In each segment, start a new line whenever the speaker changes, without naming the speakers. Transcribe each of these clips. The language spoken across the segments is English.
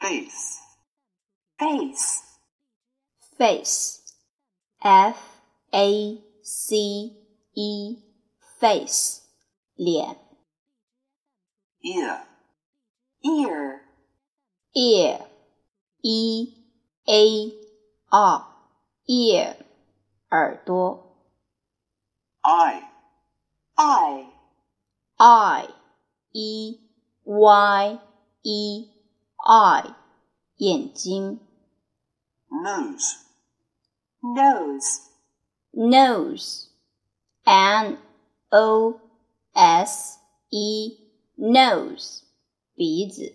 face,
face,
face, f a c e, face，脸
ear,
ear,
ear, e a r, ear，耳朵
eye,
eye,
i e y e i，眼睛
nose,
nose,
nose, n o s e, nose，鼻子。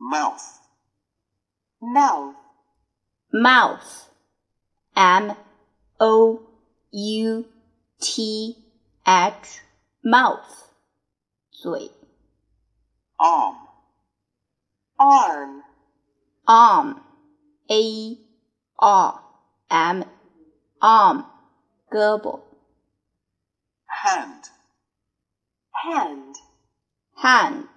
mouth,
mouth,
mouth, m o u t h, mouth, 嘴
arm,
arm,
arm, a r m, arm, 胳膊
hand,
hand,
hand,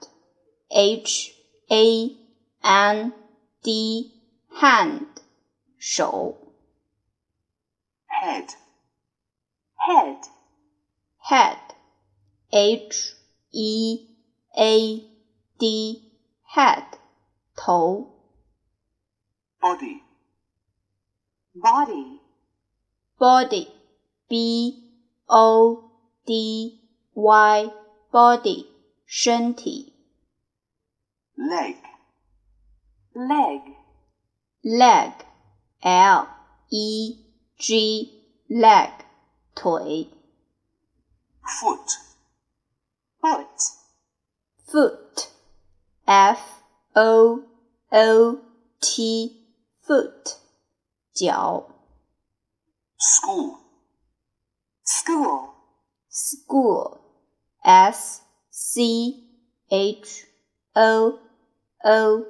h a n d, hand, 手
head,
head,
head, h e a d, head, 头。
body,
body,
body, b o d y, body, 身体。
leg,
leg,
leg, l e g, leg, 腿。
foot,
foot,
foot, f o o t, foot, 脚。
school,
school,
school, s c h o o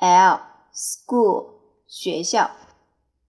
l, school, 学校。